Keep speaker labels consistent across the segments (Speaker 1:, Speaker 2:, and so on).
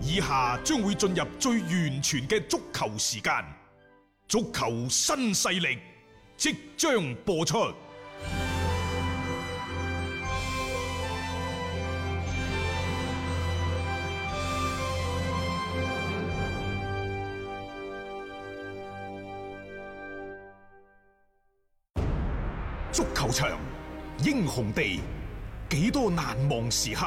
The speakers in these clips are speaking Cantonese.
Speaker 1: 以下將會進入最完全嘅足球時間，足球新勢力即將播出。足球場，英雄地，幾多難忘時刻。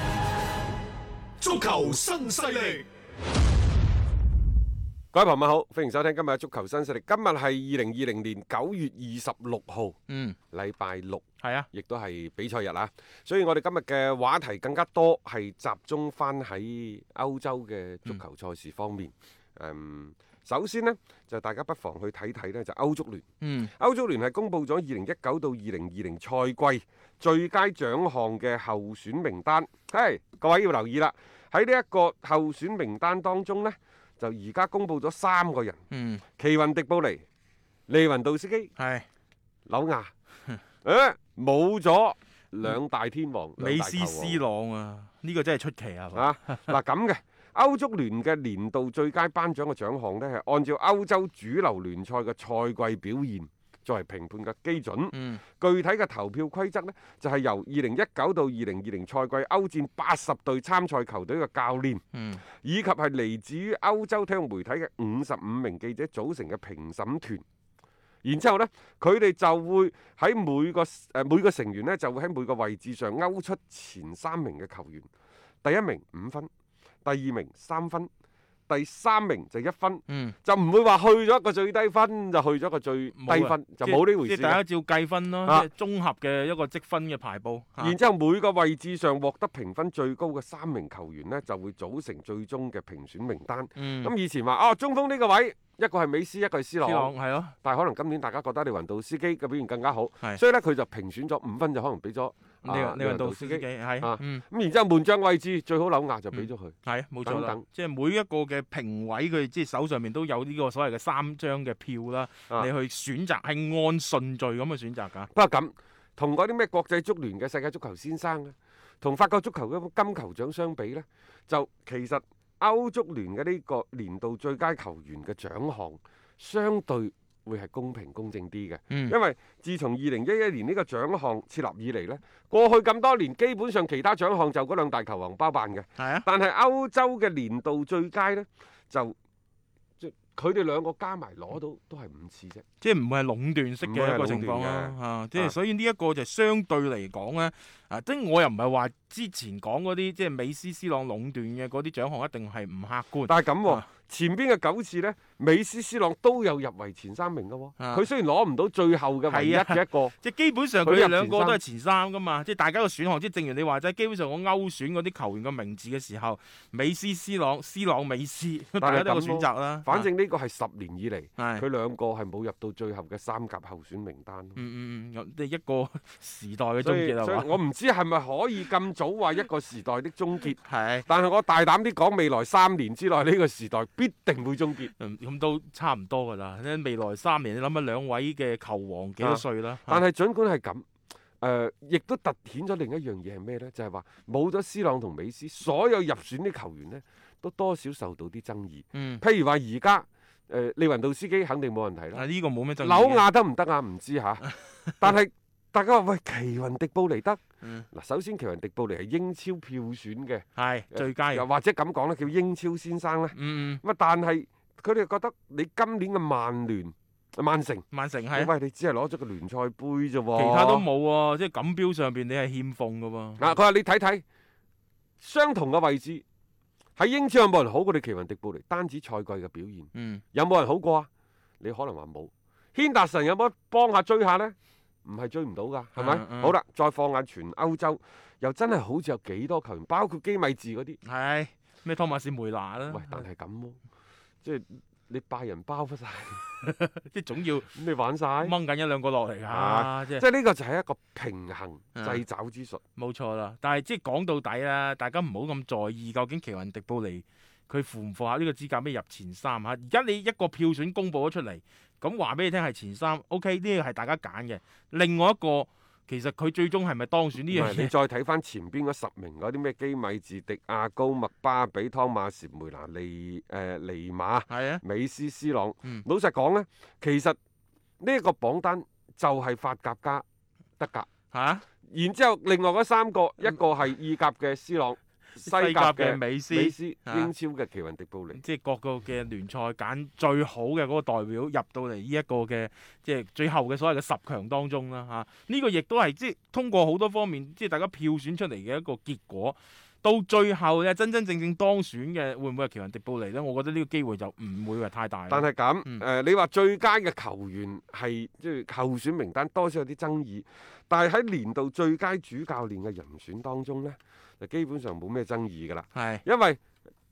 Speaker 1: 足球新勢力，
Speaker 2: 各位朋友好，歡迎收聽今日嘅足球新勢力。今日係二零二零年九月二十六號，
Speaker 3: 嗯，
Speaker 2: 禮拜六，
Speaker 3: 係啊，
Speaker 2: 亦都係比賽日啊。所以我哋今日嘅話題更加多係集中翻喺歐洲嘅足球賽事方面。嗯，首先呢，就大家不妨去睇睇呢，就歐足聯。
Speaker 3: 嗯，
Speaker 2: 歐足聯係公布咗二零一九到二零二零賽季最佳獎項嘅候選名單。係各位要留意啦，喺呢一個候選名單當中呢，就而家公布咗三個人：
Speaker 3: 嗯，
Speaker 2: 奇雲迪布尼、利雲道斯基、
Speaker 3: 係
Speaker 2: 紐 亞。誒冇咗兩大天王，
Speaker 3: 美
Speaker 2: 兩大
Speaker 3: 斯、
Speaker 2: 球王
Speaker 3: C 朗啊，呢個真係出奇啊！
Speaker 2: 啊！嗱咁嘅歐足聯嘅年度最佳頒獎嘅獎項呢，係按照歐洲主流聯賽嘅賽季表現作為評判嘅基準。
Speaker 3: 嗯，
Speaker 2: 具體嘅投票規則呢，就係、由二零一九到二零二零賽季歐戰八十隊參賽球隊嘅教練，
Speaker 3: 嗯，
Speaker 2: 以及係嚟自於歐洲體育媒體嘅五十五名記者組成嘅評審團。然之後呢，佢哋就會喺每個誒、呃每個成員呢，就會喺每個位置上勾出前三名嘅球員。第一名五分，第二名三分，第三名就一分，
Speaker 3: 嗯，
Speaker 2: 就唔會話去咗一個最低分就去咗一個最低
Speaker 3: 冇啊
Speaker 2: 分，就冇呢回
Speaker 3: 即係
Speaker 2: 事
Speaker 3: 大
Speaker 2: 嘅。
Speaker 3: 家照計分咯，
Speaker 2: 啊
Speaker 3: 即係綜合嘅一個積分嘅排布。啊
Speaker 2: 然之後每個位置上獲得評分最高嘅三名球員呢，就會組成最終嘅評選名單。
Speaker 3: 嗯，
Speaker 2: 咁以前話哦，中鋒呢個位一個係美斯，一個係斯
Speaker 3: C 朗
Speaker 2: 朗，啊
Speaker 3: 係咯，
Speaker 2: 但係可能今年大家覺得利雲道司機嘅表現更加好，
Speaker 3: 係
Speaker 2: 所以呢，佢就評選咗五分，就可能俾咗啊
Speaker 3: 呢個呢個杜斯
Speaker 2: 司
Speaker 3: 基
Speaker 2: 機。
Speaker 3: 係
Speaker 2: 啊，
Speaker 3: 嗯，
Speaker 2: 咁然之後門將位置最好紐亞就俾咗佢。
Speaker 3: 係冇錯
Speaker 2: 等
Speaker 3: 啦
Speaker 2: 等，
Speaker 3: 即係每一個嘅評委佢即係手上面都有呢個所謂嘅三張嘅票啦，
Speaker 2: 啊
Speaker 3: 你去選擇係按順序咁去選擇㗎。
Speaker 2: 不過咁，同嗰啲咩國際足聯嘅世界足球先生啊，同法國足球嘅金球獎相比呢，就其實歐足聯嘅呢個年度最佳球員嘅獎項，相對會係公平公正啲嘅。
Speaker 3: 嗯
Speaker 2: 因為自從二零一一年呢個獎項設立以嚟呢，過去咁多年基本上其他獎項就嗰兩大球王包辦嘅，
Speaker 3: 係啊，
Speaker 2: 但係歐洲嘅年度最佳呢，就即佢哋兩個加埋攞到都係五次啫。
Speaker 3: 即係唔係壟斷式嘅一個情況啦
Speaker 2: 唔，
Speaker 3: 啊，即
Speaker 2: 啊
Speaker 3: 係所以呢一個就相對嚟講咧，啊，即係我又唔係話之前講嗰啲即係美斯、斯朗壟斷嘅嗰啲獎項一定係唔客觀，
Speaker 2: 但係咁喎
Speaker 3: 啊，
Speaker 2: 前邊嘅九次呢，美斯、斯朗都有入圍前三名嘅喎。
Speaker 3: 啊
Speaker 2: 佢雖然攞唔到最後嘅唯一
Speaker 3: 係啊
Speaker 2: 嘅 一個，
Speaker 3: 即係基本上
Speaker 2: 佢
Speaker 3: 佢
Speaker 2: 入
Speaker 3: 哋
Speaker 2: 前
Speaker 3: 兩個
Speaker 2: 三
Speaker 3: 都係前三噶嘛，即係大家嘅選項，即係正如你話齋，基本上我勾選嗰啲球員嘅名字嘅時候，美斯、斯朗、斯朗、美斯，
Speaker 2: 係
Speaker 3: 大家都有個
Speaker 2: 咁咯
Speaker 3: 選擇啦。
Speaker 2: 反正呢個係十年以嚟，
Speaker 3: 啊係
Speaker 2: 佢。兩個係冇入到最後嘅三甲候選名單。
Speaker 3: 嗯嗯嗯，有即係一個時代嘅終
Speaker 2: 所以，
Speaker 3: 結啦
Speaker 2: 所
Speaker 3: 係嘛，
Speaker 2: 以我唔知係咪可以咁早話一個時代的 終結，
Speaker 3: 係
Speaker 2: 但係我大膽啲講，未來三年之內呢個時代必定會終結。
Speaker 3: 嗯咁都差唔多㗎啦。未來三年，你諗下兩位嘅球王幾
Speaker 2: 啊
Speaker 3: 多歲啦？
Speaker 2: 但
Speaker 3: 係
Speaker 2: 係儘管係咁。誒、亦都突顯咗另一樣嘢係咩呢？就係話冇咗斯朗同美斯，所有入選啲球員呢，都多少受到啲爭議。
Speaker 3: 嗯。
Speaker 2: 譬如話而家誒利雲道司機肯定冇問題
Speaker 3: 啊！
Speaker 2: 啦，
Speaker 3: 呢、個冇咩爭議嘅
Speaker 2: 紐亞得唔得啊？唔知嚇， 但係大家話喂奇雲迪布尼得
Speaker 3: 嗯
Speaker 2: 嗱，首先奇雲迪布尼係英超票選嘅，
Speaker 3: 係最佳
Speaker 2: 又
Speaker 3: 嘅，嗯
Speaker 2: 或者咁講咧叫英超先生咧，
Speaker 3: 嗯嗯，
Speaker 2: 咁啊但係佢哋覺得你今年嘅曼聯、曼城，
Speaker 3: 曼城係啊
Speaker 2: 喂你只係攞咗個聯賽杯啫喎，
Speaker 3: 其他都冇喎，即係錦標上邊你係欠奉嘅喎。
Speaker 2: 啊！佢話你睇睇相同嘅位置喺英超有冇人好過你奇雲迪布尼？單止賽季嘅表現。
Speaker 3: 嗯，
Speaker 2: 有冇人好過啊？你可能話冇。軒達臣有冇得幫下追下呢？唔係追唔到㗎，係咪？
Speaker 3: 嗯嗯
Speaker 2: 好啦，再放眼全歐洲，又真係好似有幾多球員，包括基米治嗰啲。
Speaker 3: 係咩？湯馬士梅拿啦
Speaker 2: 喂，，但係咁喎，即係你拜仁包不晒，
Speaker 3: 即係總要
Speaker 2: 咁你玩晒。
Speaker 3: 掹緊一兩個落嚟
Speaker 2: 啊
Speaker 3: 㗎，即
Speaker 2: 即
Speaker 3: 係
Speaker 2: 係呢個就係一個平衡
Speaker 3: 嗯
Speaker 2: 制找之術。
Speaker 3: 冇錯啦。但係即係講到底啦，大家唔好咁在意究竟奇雲迪布尼佢符唔符合呢個資格咩入前三嚇。而家你一個票選公佈咗出嚟，咁話俾你聽係前三，OK 呢個係大家揀嘅。另外一個其實佢最終係咪當選呢
Speaker 2: 唔
Speaker 3: 樣
Speaker 2: 係你
Speaker 3: 嘢？
Speaker 2: 再睇翻前邊嗰十名嗰啲咩基米治、迪亞高、麥巴比、湯馬士梅拿、利誒、尼馬、
Speaker 3: 係啊，
Speaker 2: 美斯、斯朗。
Speaker 3: 嗯
Speaker 2: 老實講呢，其實呢一個榜單就係法甲加德甲，
Speaker 3: 嚇
Speaker 2: 然之後另外嗰三個，一個係意甲嘅 斯朗，西
Speaker 3: 嗯西
Speaker 2: 甲
Speaker 3: 甲
Speaker 2: 嘅
Speaker 3: 嘅美斯。
Speaker 2: 美斯，
Speaker 3: 啊
Speaker 2: 英超嘅奇雲迪布尼。
Speaker 3: 即係各個嘅聯賽揀最好嘅嗰個代表入到嚟呢一個嘅即係最後嘅所謂嘅十強當中啦嚇，呢、個亦都係即係通過好多方面即係大家票選出嚟嘅一個結果。到最後咧，真真正正當選嘅會唔會係奇雲迪布尼呢？我覺得呢個機會就唔會話太大啦。
Speaker 2: 但係咁，誒、
Speaker 3: 嗯
Speaker 2: 你話最佳嘅球員係即係候選名單多少有啲爭議，但係喺年度最佳主教練嘅人選當中呢，就基本上冇咩爭議㗎啦。
Speaker 3: 係
Speaker 2: 因為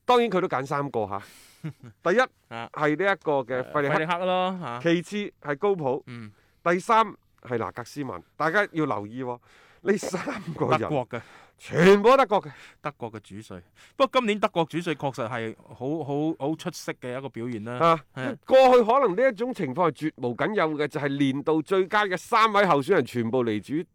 Speaker 2: 當然佢都揀三 個嚇，第一係
Speaker 3: 啊
Speaker 2: 呢一個嘅費
Speaker 3: 費
Speaker 2: 力
Speaker 3: 力克咯嚇，
Speaker 2: 克，其次係高普，
Speaker 3: 嗯，
Speaker 2: 第三係拿格斯曼。大家要留意喎、呢三個
Speaker 3: 德
Speaker 2: 人
Speaker 3: 國嘅
Speaker 2: 全部都德國嘅，
Speaker 3: 德國嘅主帥。不過今年德國主帥確實係好好好出色嘅一個表現啦。
Speaker 2: 啊
Speaker 3: 係啊！
Speaker 2: 過去可能呢一種情況係絕無僅有嘅，就係、年度最佳嘅三位候選人全部嚟自於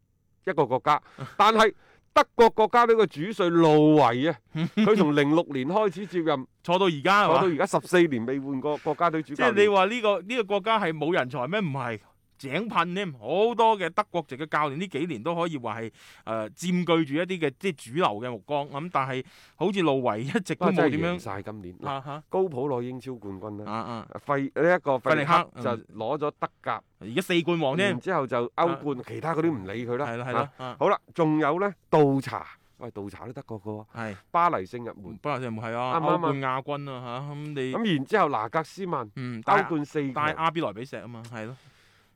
Speaker 2: 一個國家，但係德國國家呢個主帥路 維啊，佢從零六年開始接任，
Speaker 3: 坐到而家係
Speaker 2: 坐
Speaker 3: 嘛
Speaker 2: 到？而家十四年未換過國家隊主
Speaker 3: 即
Speaker 2: 教
Speaker 3: 係你
Speaker 2: 練。
Speaker 3: 話呢、個呢、個國家係冇人才咩？唔係井噴添，好多嘅德國籍嘅教練呢幾年都可以話係誒佔據住一啲嘅即係主流嘅目光咁，但係好似路維一直都
Speaker 2: 哇！
Speaker 3: 冇
Speaker 2: 真係
Speaker 3: 點
Speaker 2: 贏
Speaker 3: 樣
Speaker 2: 晒今年，嗱
Speaker 3: 啊嚇
Speaker 2: 高普攞英超冠軍
Speaker 3: 啊
Speaker 2: 啦，
Speaker 3: 啊！
Speaker 2: 費呢一個費力
Speaker 3: 費
Speaker 2: 克
Speaker 3: 力克
Speaker 2: 就攞咗德甲，
Speaker 3: 而家四冠王
Speaker 2: 然
Speaker 3: 添，
Speaker 2: 之後就歐冠，其他嗰啲唔理佢嗯啦。
Speaker 3: 嗯啊係啦係
Speaker 2: 啊
Speaker 3: 啦，啊
Speaker 2: 好啦，仲有呢，倒查，喂，倒查都德國嘅喎，
Speaker 3: 係
Speaker 2: 巴黎聖日門。
Speaker 3: 不能就唔係
Speaker 2: 啱
Speaker 3: 啊，
Speaker 2: 唔啱啊
Speaker 3: 歐冠亞軍啊嚇咁你
Speaker 2: 咁然之後拿格斯曼。
Speaker 3: 嗯
Speaker 2: 歐
Speaker 3: 帶
Speaker 2: 冠四強，
Speaker 3: 帶
Speaker 2: 啊
Speaker 3: 阿比萊比錫啊嘛，係咯，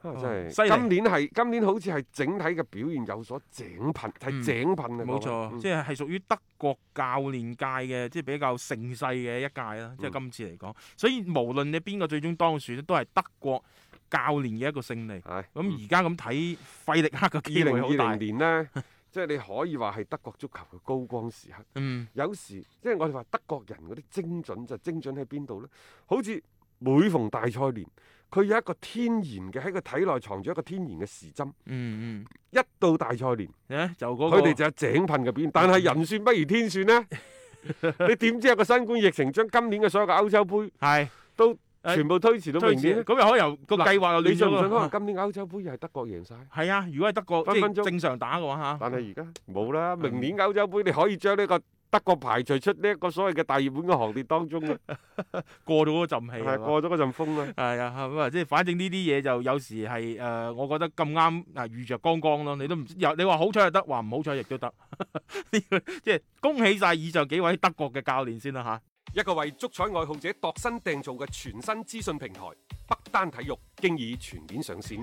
Speaker 2: 真
Speaker 3: 犀
Speaker 2: 係
Speaker 3: 利
Speaker 2: 今年係今年好似係整體嘅表現有所井噴，係
Speaker 3: 嗯
Speaker 2: 井噴啊！
Speaker 3: 冇
Speaker 2: 各
Speaker 3: 錯，
Speaker 2: 位
Speaker 3: 即係係屬於德國教練界嘅即係比較盛世嘅一屆
Speaker 2: 嗯
Speaker 3: 啦，即係今次嚟講，所以無論你邊個最終當選，都係德國教練嘅一個勝利。
Speaker 2: 嗯係
Speaker 3: 咁而家咁睇費力克嘅機會
Speaker 2: 二零
Speaker 3: 好
Speaker 2: 二
Speaker 3: 大。
Speaker 2: 零年呢， 即係你可以話係德國足球嘅高光時刻。
Speaker 3: 嗯，
Speaker 2: 有時即係我哋話德國人嗰啲精準就精準喺邊度呢？好似每逢大賽年，佢有一個天然嘅喺個體內藏住一個天然嘅時針，
Speaker 3: 嗯
Speaker 2: 一到大賽年。
Speaker 3: 嗯，咧就嗰、個
Speaker 2: 佢哋就有井噴嘅表現，但係人算不如 天算呢。你點知有個新冠疫情將今年嘅所有嘅歐洲杯
Speaker 3: 係
Speaker 2: 都
Speaker 3: 誒
Speaker 2: 全部推遲到
Speaker 3: 推
Speaker 2: 明年
Speaker 3: 遲，？咁又可以由個
Speaker 2: 嗱
Speaker 3: 計劃又
Speaker 2: 你
Speaker 3: 亂
Speaker 2: 信
Speaker 3: 咗
Speaker 2: 唔信？可能
Speaker 3: 喎。
Speaker 2: 今年歐洲杯又係德國贏晒，
Speaker 3: 係啊，如果係德國
Speaker 2: 分
Speaker 3: 即
Speaker 2: 分鐘啊
Speaker 3: 係正常打嘅話嚇，
Speaker 2: 但係而家冇啦。明年歐洲杯你可以將呢個德國排除出呢一個所謂嘅大熱門嘅行列當中嘅，
Speaker 3: 過咗嗰陣氣
Speaker 2: 係
Speaker 3: 係嘛。
Speaker 2: 過咗嗰陣風啦。
Speaker 3: 係啊，咁啊，即係反正呢啲嘢就有時係誒、呃我覺得咁啱啊遇着剛剛咯，你都唔知有你話好彩又得，話唔好彩亦都得。 呢個即係恭喜晒以上幾位德國嘅教練先啦吓。
Speaker 2: 一個為足彩愛好者度身訂造嘅全新資訊平台北單體育，經已全面上線。